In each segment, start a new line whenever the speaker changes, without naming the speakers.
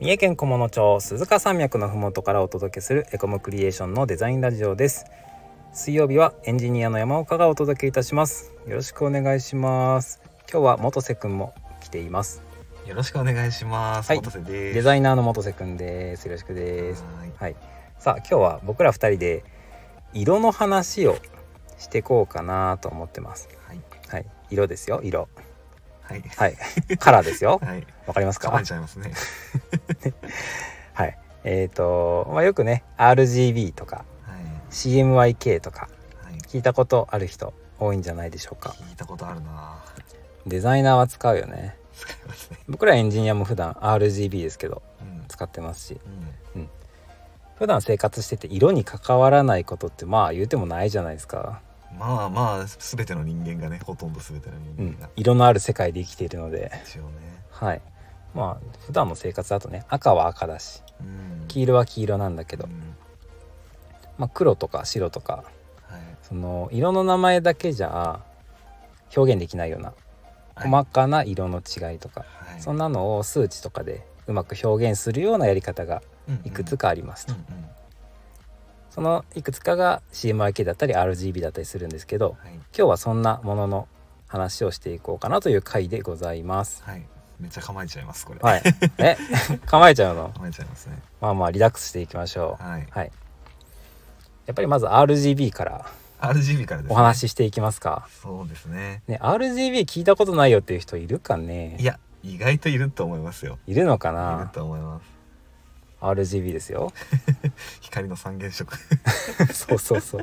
三重県菰野町鈴鹿山脈のふもとからお届けするエコムクリエーションのデザインラジオです水曜日はエンジニアの山岡がお届けいたしますよろしくお願いします今日は元瀬くんも来ています
よろしくお願いします。
はい
元瀬です。
デザイナーの元瀬くんですよろしくです
はい
はいさあ今日は僕ら二人で色の話をしてこうかなと思ってます
はい
はい色ですよ色
はい
はいカラーですよ
はい。
わかりますか
構えちゃいますね。
はい。えっ、と、まあ、よくね、RGB とか
はい
CMYK とか
はい。
聞いたことある人多いんじゃないでしょうか。
聞いたことあるな。
デザイナーは使うよね。
使いますね。
僕らエンジニアも普段 RGB ですけど
うん
使ってますし、
うん
普段生活してて色に関わらないことってまあ言うてもないじゃないですか。
まあまあすべての人間がねほとんどすべての
う
人
ん
間が、。
色のある世界で生きているので、
一応ね。
はい。まあ普段の生活だとね、赤は赤だし、
うん。
黄色は黄色なんだけど
う、ん
まあ黒とか白とか、
はい。
その色の名前だけじゃ表現できないような
はい
細かな色の違いとか、
はい
そんなのを数値とかでうまく表現するようなやり方がいくつ。かあります
うん
と、
うんうんうん
そのいくつかが CMYK だったり RGB だったりするんですけど
はい
今日はそんなものの話をしていこうかなという回でございます
はい。めっちゃ構えちゃいますこれ。
はいえ構えちゃうの
構えちゃいますね。
まあまあリラックスしていきましょ。
はいう
はいやっぱりまず RGB から
RGB からです、
お
ね。。
話ししていきますか
そうですね。
ね RGB 聞いたことないよっていう人いるかね
いや意外といると思いますよ。
いるのか
いる
な
と思います。
RGB ですよ
光の三原色。
そうそうそう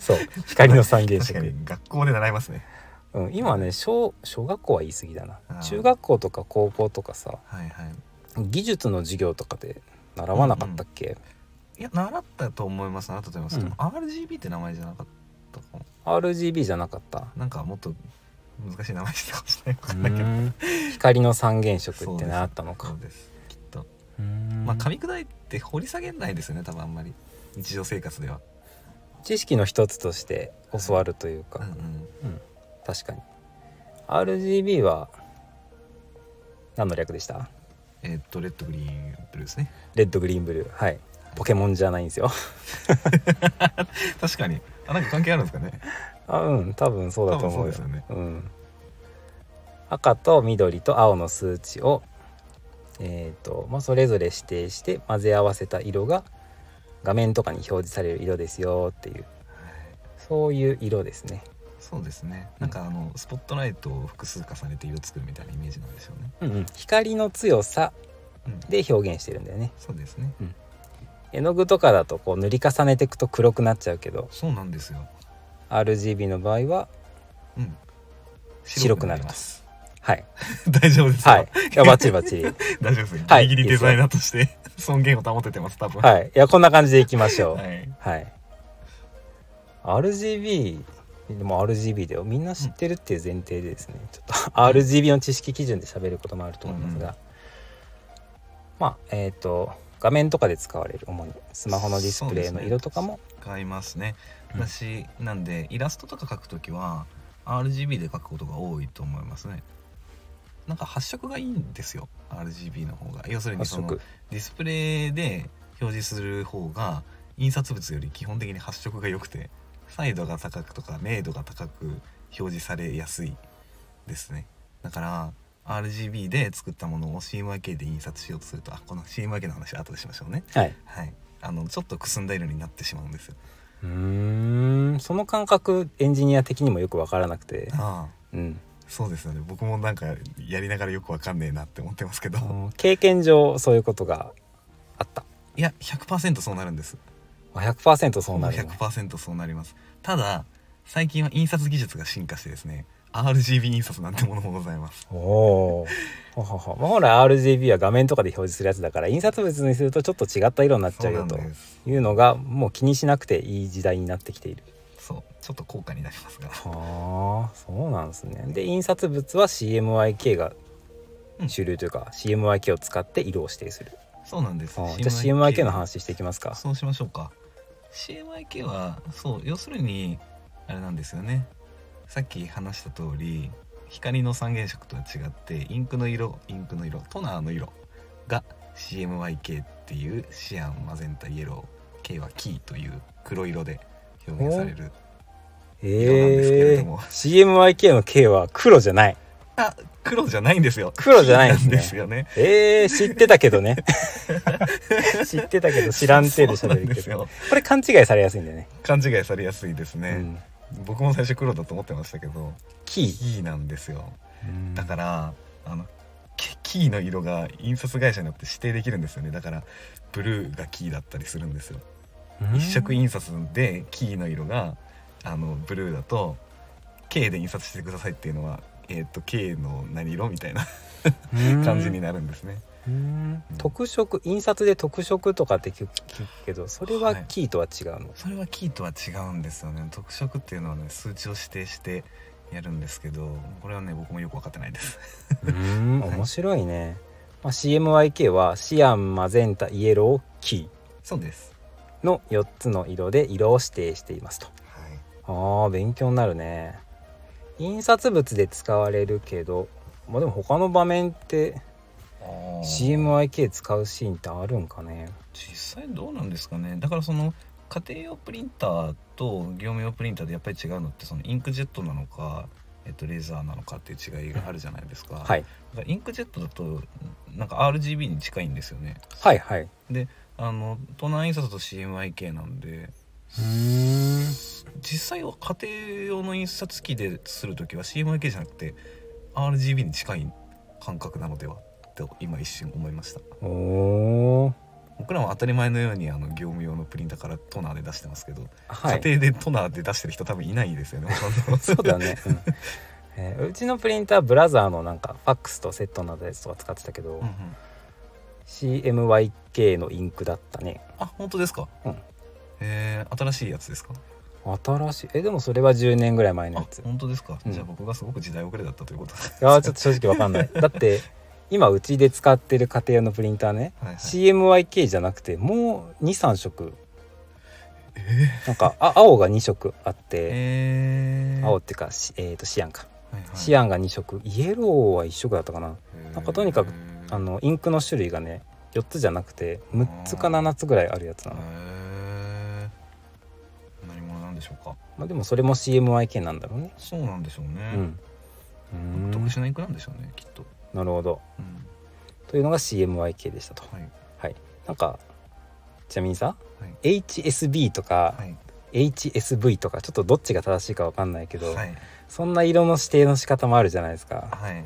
そう光の三原
確か
色、
に学校で習いますね。
うん、今ね小小学校は言い過ぎだ
あ
な
ー
中学校とか高校とかさ
はいはい。
技術の授業とかで習わなかったっけ、
いや習ったと思います習ったと思います、
うん
でも RGB って名前じゃなかったかも
RGB じゃなかった
なんかもっと難しい名前してたかもしれないわか
うん
ないけど
ーん光の三原色って習ったの
そ
か
うですきっと、
うーん
まあ噛み砕いて掘り下げないですよね多分あんまり日常生活では、
知識の一つとして教わるという
うん
か
う、ん、
うん確かに RGB は何の略でした
えーっとレッドグリーンブルーですね
レッドグリーンブルーはいポケモンじゃないんですよ
確かにあなんか関係あるんですかね
あうん多分そうだと思う
多分そう
よ
ですよね
うん、赤と緑と青の数値を、えーとまあ、それぞれ指定して混ぜ合わせた色が画面とかに表示される色ですよっていうそういう色ですね。
そうですね
うん
なんかあのスポットライトを複数重ねて色作るみたいなイメージなんでしょうね、
うんうん、光の強さ
うん、
で表現してるんだよね。
そうですね
絵の具とかだとこう塗り重ねていくと黒くなっちゃうけど
そうなんですよ
RGB の場合は
うん
白くなりますはい
大丈夫ですか
はいいやバッチリバッチ リ
大丈夫です
は
ギ
い
リギリデザイナーとして 尊厳を保ててます多分い、
はいいやこんな感じでいきましょう。
はい、
はい。RGB でも RGB だよみんな知ってるっていう前提でですね、ちょっと RGB の知識基準で喋ることもあると思いますが、
うん
まあえっ、と画面とかで使われる主にスマホのディスプレイの色とかも
買いますね
うん
私なんでイラストとか描くときは RGB で描くことが多いと思いますねなんか発色がいいんですよ RGB の方が要するに
発
その
色
ディスプレイで表示する方が印刷物より基本的に発色が良くてサイドが高くとか明度が高く表示されやすいですねだから RGB で作ったものを CMYK で印刷しようとするとあこの CMYK の話は後でしましょうね
はい。
はいあのちょっとくすんだ色になってしまうんですよ
うーんその感覚エンジニア的にもよく分からなくて、
ああ
うん、
そうですよね僕もなんかやりながらよくわかんねえなって思ってますけど
あの経験上そういうことがあった。
いや100%そうなるんです
まあ100%そうなる、ね、
100%そうなりますただ最近は印刷技術が進化してですね RGB 印刷なんてものもございます
おお。ほほほまあ、本来 RGB は画面とかで表示するやつだから印刷物にするとちょっと違った色になっちゃうよ
そ
と
うなんです
いうのがもう気にしなくていい時代になってきている。
そうちょっと高価になりますが
ああそうなんですね。で印刷物は CMYK が
うん
主流というか、CMYK を使って色を指定する。
そうなんです
あーじゃあ CMYK の話していきますか。
そうしましょうか CMYK はそう要するにあれなんですよねさっき話した通り光の三原色とは違ってインクの色インクの色トナーの色が CMYK っていうシアンマゼンタイエロー K はキーという黒色で表現される色なんですけれ
え
ど
え
も
CMYK の K は黒じゃない
あ黒じゃないんですよ
黒じゃないんですね
キーですよね
えー、知ってたけど ね 知ってたけど知らん程度
そうな
喋
ん
る
で
け
す
ど
よ
これ勘違いされやすいんだよね
勘違いされやすいです
う
ね、
ん、
僕も最初黒だと思ってましたけど
キ
キーなんですよ
ー
だからあのキキーの色が印刷会社によって指定できるんですよねだからブルーがキーだったりするんですよ
うん
一色印刷でキーの色があのブルーだと K で印刷してくださいっていうのは、えー、と K の何色みたいな
うん
感じになるんですね。
うん特色印刷で特色とかって聞く聞くけどそれは
はい
キーとは違うの、
それはキーとは違うんですよね特色っていうのはね数値を指定してやるんですけどこれはね僕もよく分かってないです。
うん 面白いね、まあ、CMYK はシアンマゼンタイエローキ
そうです、
ーの4つの色で色を指定していますと
はい、
あー勉強になるね印刷物で使われるけどまあでも他の場面って
あー
CMYK 使うシーンってあるんかね
実際どうなんですかねだからその家庭用プリンターと業務用プリンターでやっぱり違うのってそのインクジェットなのか、えっと、レーザーなのかっていう違いがあるじゃないですか。
はい
だからインクジェットだとなんか RGB に近いんですよね
はいはい
あの東南印刷と CMYK なんで
うん
実際は家庭用の印刷機でする時は CMYK じゃなくて RGB に近い感覚なのではと今一瞬思いました
おー
僕らは当たり前のようにあの業務用のプリンターからトナーで出してますけど、
はい
家庭でトナーで出してる人多分いないですよ ね
そうだよね、うんえーうちのプリンターブラザーのなんかファックスとセットなどやつとか使ってたけど、
うんうん
CMYK のインクだったね
あ本当ですか、
うん
えー新しいやつですか
新しいえでもそれは10年ぐらい前の
あ
やつい
本当ですか、
うん
じゃあ僕がすごく時代遅れだったということです
やーちょっと正直わかんないだって今うちで使ってる家庭用のプリンターね、
はいはい
CMYK じゃなくてもう23色なんかあ青が2色あって、
えー
青っていうか、しえー、とシアンか、
はいはい
シアンが2色イエローは1色だったかななんかとにかく
へー
あのインクの種類がね4つじゃなくて6つか7つぐらいあるやつ
へ
なの、
ー何者なんでしょうか
まあ、でもそれも CMYK なんだろうね
そうなんでしょう
う
ね、
んうーん
特殊なインクなんでしょうねきっと、
なるほど
うん、
というのが CMYK でしたと
はい
はいなんかちなみにさ、
は
HSB とか、
はい
HSV とかちょっとどっちが正しいかわかんないけど、
はい
そんな色の指定の仕方もあるじゃないですか
はい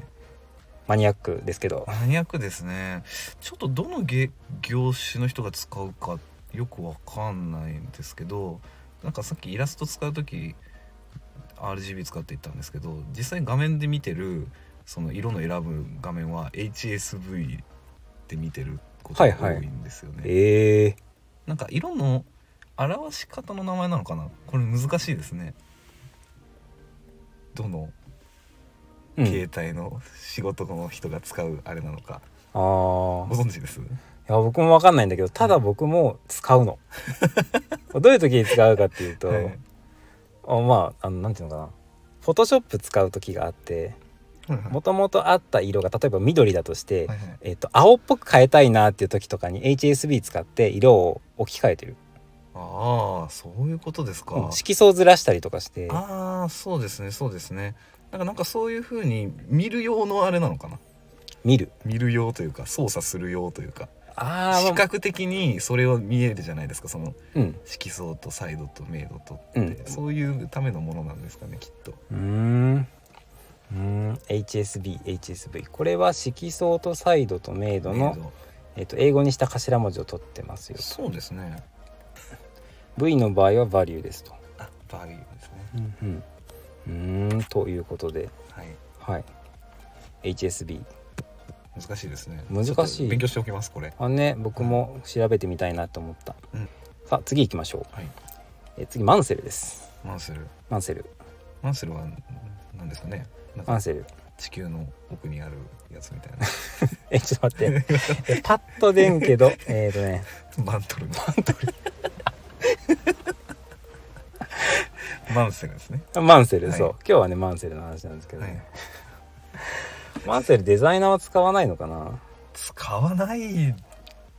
マニアックですけど
マニアックですねちょっとどのげ業種の人が使うかよくわかんないんですけどなんかさっきイラスト使う時 RGB 使っていったんですけど実際画面で見てるその色の選ぶ画面は HSV で見てることが多いんですよね、
ええ
なんか色の表し方の名前なのかなこれ難しいですねどの
うん
携帯の仕事の人が使うあれなのか、
あー
ご存知です
いや僕もわかんないんだけどただ僕も使 うのどういう時に使うかっていうと、
はい
あまああのなんていうのかなフォトショップ使う時があって
はいはい
もともとあった色が例えば緑だとして、
はいはい
えっと青っぽく変えたいなっていう時とかに HSB 使って色を置き換えてる、
ああそういうことですか、
うん色素をずらしたりとかして
ああそうですねそうですねなんかなんかそういうふうに見る用のあれなのかな
見る
見る用というか操作する用というか
あ
視覚的にそれを見えるじゃないですかその
うん
色相と彩度と明度とっ
う
て、
ん
そういうためのものなんですかねきっと。
うーんうーん HSBHSV これは色相とサイドと明度の
明、度
えっと英語にした頭文字を取ってますよ
そうですね
V の場合はバリューですと。
あバリューですね
うん、うん、うーんということで、
はい
はい。HSB。
難しいですね
難しい
ちょっと勉強しておきますこれ
あね、僕も調べてみたいなと思った。
うん
さあ、次行きましょう。
はい
え次、マンセルです。
マンセル
マンセル。
マンセルは何ですかねなん
マン
か
セル。
地球の奥にあるやつみたい
え、ちょっと待 って。えパッと出んけど、えっとね、
なマントルのマント ルマンセルですね
マンセル、
はい
そう。今日はね、マンセルの話なんですけど
は
ね。
い
マンセルデザイナーは使わないのかな
使わない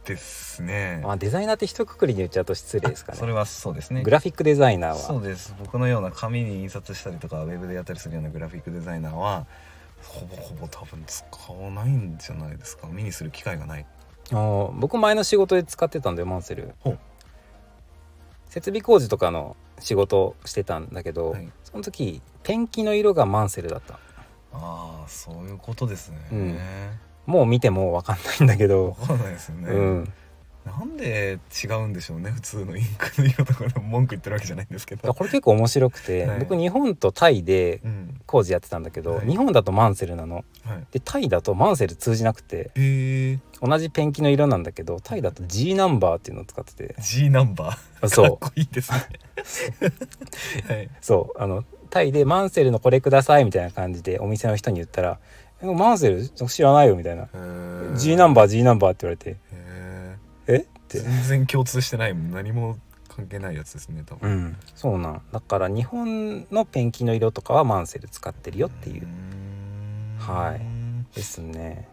ですね。
まあ、デザイナーって一括りに言っちゃうと失礼ですか
それ
ね
はそうですね。
グラフィックデザイナー
そ
は
うです僕のような紙に印刷したりとかウェブでやったりするようなグラフィックデザイナーはほぼほぼ多分使わないんじゃないですか目にする機会がない
おー僕前の仕事で使ってたんだよマンセル
ほう
設備工事とかの仕事をしてたんだけど、
はい
その時ペンキの色がマンセルだった
ああそういうことですね、
うんもう見ても分かんないんだけど、
分かんないですよね、
うん
なんで違うんでしょうね普通のインクの色とかでも文句言ってるわけじゃないんですけど、
これ結構面白くて、
はい
僕日本とタイで
うん
工事やってたんだけど、
はい
日本だとマンセルなの
はい、
でタイだとマンセル通じなくて
えー、
同じペンキの色なんだけどタイだと G ナンバーっていうのを使って て
G ナンバー
そう
かっこいいで すねはい
そうあのタイでマンセルのこれくださいみたいな感じでお店の人に言ったら「えマンセル知らないよ」みたいな
え
「
ー
G ナンバー G ナンバー」って言われて
へ
「えっ?」
ー
て
全然共通してない何も関係ないやつですね多分
うんそうなんだから日本のペンキの色とかはマンセル使ってるよっていうう
ー
んはいですね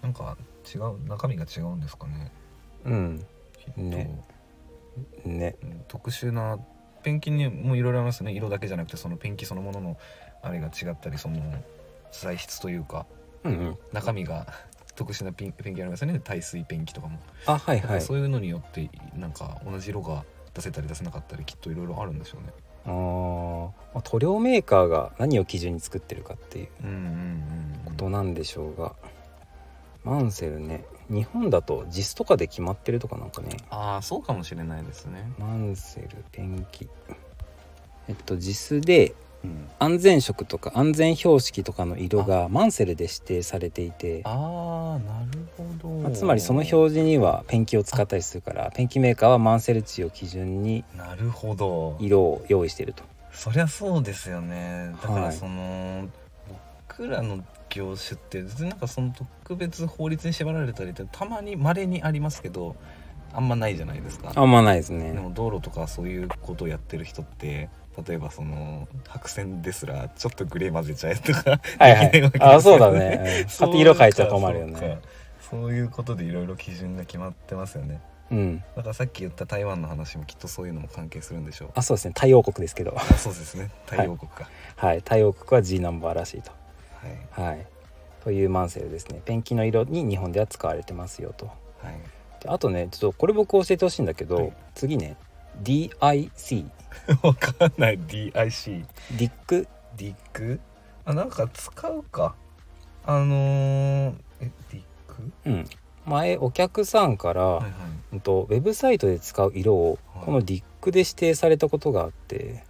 なんか違う中身が違うんですかね
うん
きっと
ねね
うん特殊なペンキにもいろいろありますね色だけじゃなくてそのペンキそのもののあれが違ったりその材質というか
うんうん
中身が特殊なピンペンキありますよね耐水ペンキとかも、
あはい
だか
は
ら
い
そういうのによってなんか同じ色が出せたり出せなかったりきっといろいろあるんでしょうね
あーまあ塗料メーカーが何を基準に作ってるかっていう
うんうんうん、う
こ
ん、
となんでしょうがマンセルね日本だと JIS とかで決まってるとかなんかね
ああそうかもしれないですね
マンセルペンキえっと JIS で安全色とか安全標識とかの色がマンセルで指定されていて
ああなるほど、
まあつまりその表示にはペンキを使ったりするからペンキメーカーはマンセル値を基準に
なるほど
色を用意してると
そりゃそうですよねだか
は
ら
い
その、僕らの業種って別になんかその特別法律に縛られたりってたまに稀にありますけどあんまないじゃないですか
あんまないです
で
ね
も道路とかそういうことをやってる人って例えばその白線ですらちょっとグレー混ぜちゃえとかでき
は
ないいわ
は
けです
い
よね、
あそうだねうん
そう
勝手色変えちゃ困るよ
そうか
ね
そういうことでいろいろ基準が決まってますよね
うん
だからさっき言った台湾の話もきっとそういうのも関係するんでしょう
あそうですね太陽国ですけど
あそうですね太陽国か
はい太陽国は G ナンバーらしいと
はい、
はいというマンセルですねペンキの色に日本では使われてますよと
はい、
であとねちょっとこれ僕教えてほしいんだけど、
はい
次ね DIC
わかんない DIC
ディック
ディックあなんか使うかあのー、えディック
うん前お客さんから、
はいはい
うんとウェブサイトで使う色を
はい
このディックで指定されたことがあって、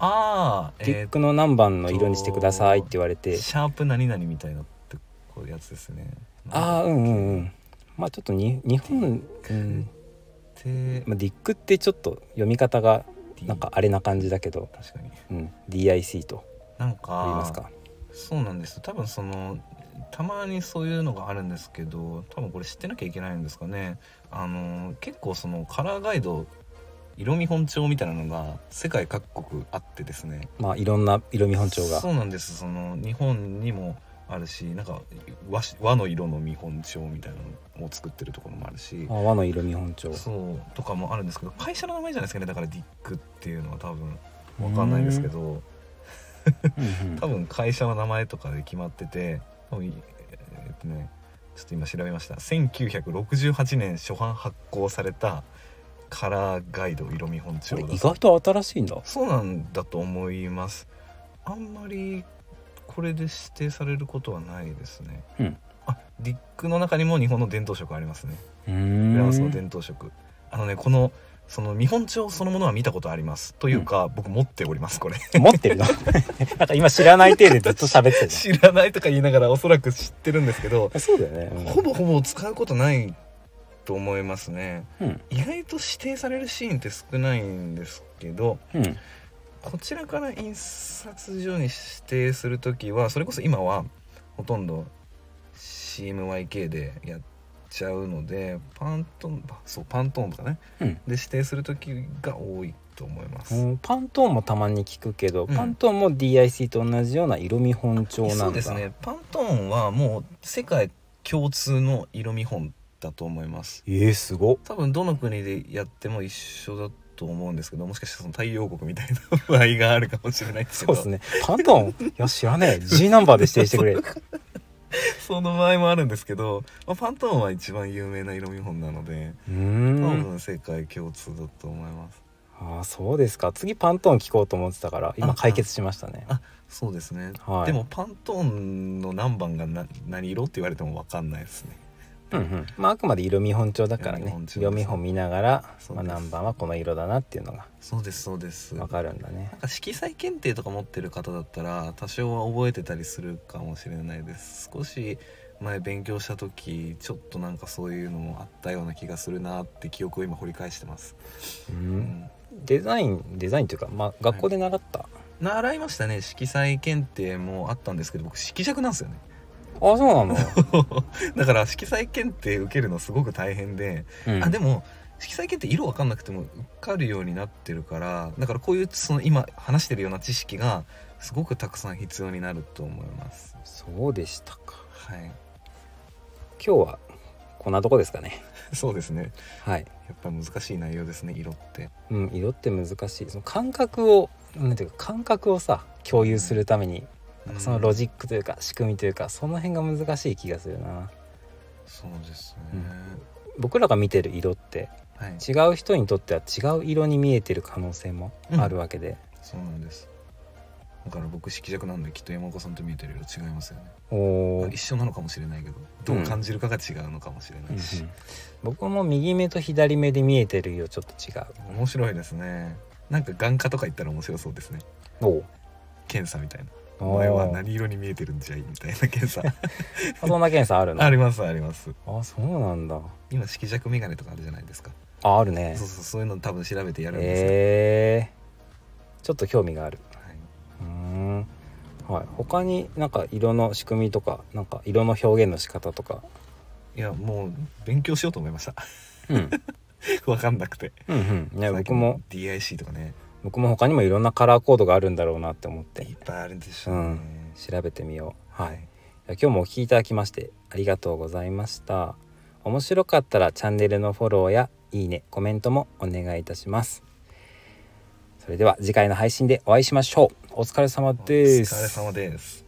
ああ
ディ
え
ックの何番の色にしてくださいって言われて、
ー、シャープ何々みたいなってこうやつですね
ああ
あ
うんうんうんまあちょっとに日本、うん
で
まあ、ディックってちょっと読み方がなんかあれな感じだけど、
確かに
うん、DIC と
な
言い
んか
ますか
そうなんです多分そのたまにそういうのがあるんですけど多分これ知ってなきゃいけないんですかねあの結構そのカラーガイド色見本帳みたいなのが世界各国あってですね
まあいろんな色見本帳が
そうなんですその日本にもあるしなんか和し和の色の見本帳みたいなのを作ってるところもあるし
あ和の色見本帳
そうとかもあるんですけど会社の名前じゃないですかねだからディックっていうのは多分わかんないですけど。
うんうん
多分会社の名前とかで決まってて多分いえーっとねちょっと今調べました1968年初版発行されたカラーガイド色見本
こ
帳
れ
だ
意外と新しいんだ
そうなんだと思いますあんまりこれで指定されることはないですね、
うん
あディックの中にも日本の伝統色ありますね
う
フラ
ー
ン
ん
スの伝統色あのねこのその見本帳そのものは見たことありますというか、僕持っておりますこれ
持ってるのなんか今知らない体でずっと喋ってるじ
知らないとか言いながらおそらく知ってるんですけど
ゃんそうだよね
ほぼほぼ使うことないと思いますね
うん
意外と指定されるシーンって少ないんですけど
うん
こちらから印刷所に指定する時はそれこそ今はほとんど CMYK でやっちゃうのでパントンあそうパントーンとかね、
うん
で指定する時が多いと思います、
うんパントーンもたまに聞くけど、
うん
パントーンも DIC と同じような色見本帳なんだ
そうですねパントーンはもう世界共通の色見本たと思います
えー、すごっ
多分どの国でやっても一緒だと思うんですけどもしかしたらその太陽国みたいな場合があるかもしれないですけ
そう
ど
ですねパントンいや知らねえ G ナンバーで指定してく れ
その場合もあるんですけど、まあ、パントーンは一番有名な色見本なので、
うー
多
ん
分世界共通だと思います
ああそうですか次パントン聞こうと思ってたから今
あ
解決しましたね
あそうですね、
はい
でもパントーンの何番がな何色って言われても分かんないですね
うんうんまああくまで色見本帳だから
色見
ね
本帳です
色見本見ながら、
そう
まあ、
です
何番はこの色だなっていうのが
そうですそうです
わかるんだね
なんか色彩検定とか持ってる方だったら多少は覚えてたりするかもしれないです少し前勉強した時ちょっとなんかそういうのもあったような気がするなって記憶を今掘り返してます、
う
うんん
デザインデザインというかまあ学校で習った、
習いましたね色彩検定もあったんですけど僕色弱なんですよね
ああそうな の、
だから色彩検定受けるのすごく大変で、
うん、
あでも色彩検定色わかんなくても受かるようになってるからだからこういうその今話してるような知識がすごくたくさん必要になると思います
そうでしたか
はい
今日はこんなとこですかね
そうですね。
はい、
やっぱ難しい内容ですね。色って。
うん、色って難しいその感覚をなんていうか感覚をさ共有するためになんかそのロジ
ジ。
ックというか仕組みというかその辺が難しい気がするな
そうです
う
ね。
僕らが見てる色って
はい。
違う人にとっては違う色に見えてる可能性もあるわけで、
そうなんです。だから僕色弱なんできっと山岡さんと見えてる色違いますよね。
おー
一緒なのかもしれないけど、どう感じるかが違うのかもしれ
う
なん
う
いし。
ん僕も右目と左目で見えてる色ちょっと違う
面白いですね。なんか眼科とか行ったら面白そうですね。
お
検査みたいな。
お
お前は
あ
何色に見えてるんじゃいみたいな検 査。
そんな検査あるの
ありますあります。
あそうなんだ
今色弱メガネとかあるじゃないですか。
ああるね
そうそうそういうの多分調べてやるんですよ。
えー、ちょっと興味がある
はい。
うーんはい他になんか色の仕組みとかなんか色の表現の仕方とか、
いやもう勉強しようと思いました。
うん、
わかんなくて。
うんうんね
最
僕
近
も
DIC とかね
僕も他にもいろんなカラーコードがあるんだろうなって思っ
いってぱいあるでしょうね、
うん調べてみよう
は
はい
い
いや今日もお聞きいただきましてありがとうございました面白かったらチャンネルのフォローやいいねコメントもお願いいたしますそれでは次回の配信でお会いしましょうお疲れ様
お疲
で
れ
す
様です